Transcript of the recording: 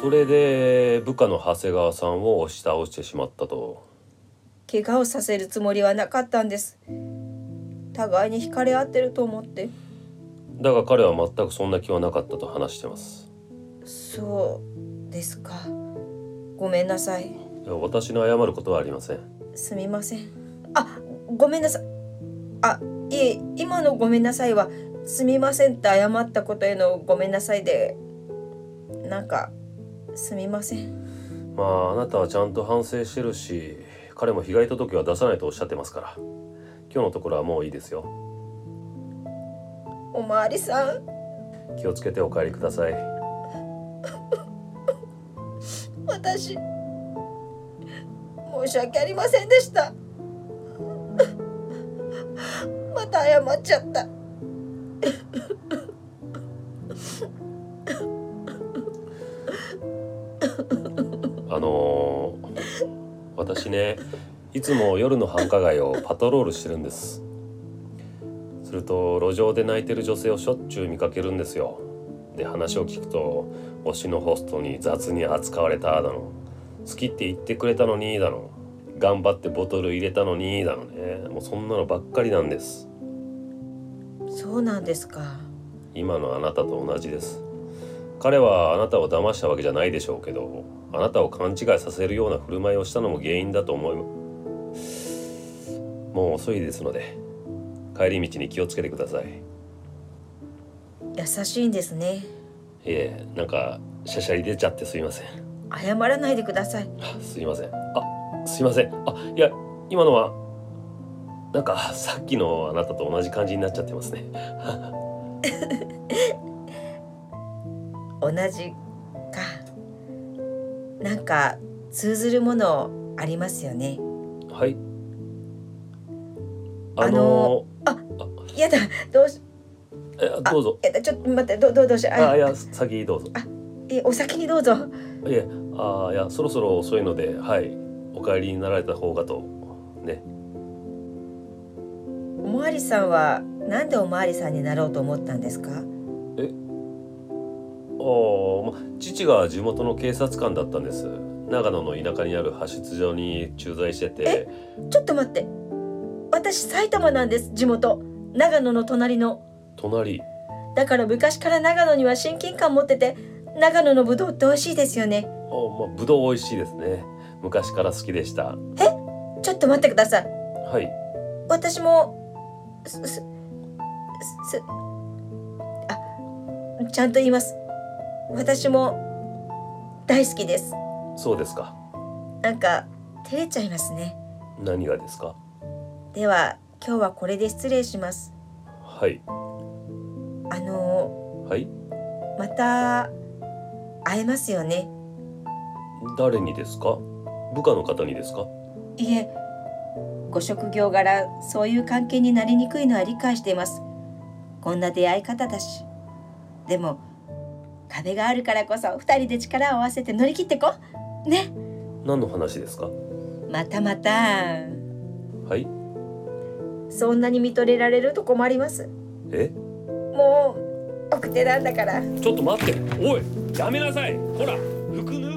それで部下の長谷川さんを押し倒してしまったと怪我をさせるつもりはなかったんです互いに惹かれ合ってると思ってだが彼は全くそんな気はなかったと話してますそうですかごめんなさいいや私に謝ることはありませんすみませんあごめんなさいあいえ今の「ごめんなさいは」すみません」って謝ったことへの「ごめんなさいで」なんか「すみませんまああなたはちゃんと反省してるし彼も被害届は出さないとおっしゃってますから今日のところはもういいですよおまわりさん気をつけてお帰りください私申し訳ありませんでした また謝っちゃったあのー私ねいつも夜の繁華街をパトロールしてるんですすると路上で泣いてる女性をしょっちゅう見かけるんですよで話を聞くと推しのホストに雑に扱われただの好きって言ってくれたのにだの頑張ってボトル入れたのにだのねもうそんなのばっかりなんですそうなんですか今のあなたと同じです彼はあなたを騙したわけじゃないでしょうけどあなたを勘違いさせるような振る舞いをしたのも原因だと思いもう遅いですので帰り道に気をつけてくださいい優しいんですねえなんかしゃしゃり出ちゃってすいません謝らないでくださいあすいませんあすいませんあいや今のはなんかさっきのあなたと同じ感じになっちゃってますね同じかなんか通ずるものありますよねはいあのやだどうしあのえどうぞやだちょっと待ってどどうどうしようああいや先どうぞえお先にどうぞいえ、ああ、いや、そろそろ遅いので、はい、お帰りになられた方がと。ね、おまわりさんはなんでおまわりさんになろうと思ったんですかああ、ま父が地元の警察官だったんです。長野の田舎にある派出所に駐在してて、ちょっと待って私埼玉なんです地元長野の隣の隣。だから昔から長野には親近感持ってて長野のぶどうって美味しいですよねああ、まあ、ぶどう美味しいですね。昔から好きでした。ちょっと待ってくださいはい、私もすすすすあちゃんと言います私も大好きですそうですか。なんか照れちゃいますね何がですか。では今日はこれで失礼しますはい、あのはい、ーまた会えますよね誰にですか。部下の方にですか。いえご職業柄そういう関係になりにくいのは理解していますこんな出会い方だしでも壁があるからこそ二人で力を合わせて乗り切ってこうね何の話ですか。またまたはい、そんなに見とれられると困りますえ、もう奥手なんだからちょっと待って。おい、やめなさい。ほら、服脱げ。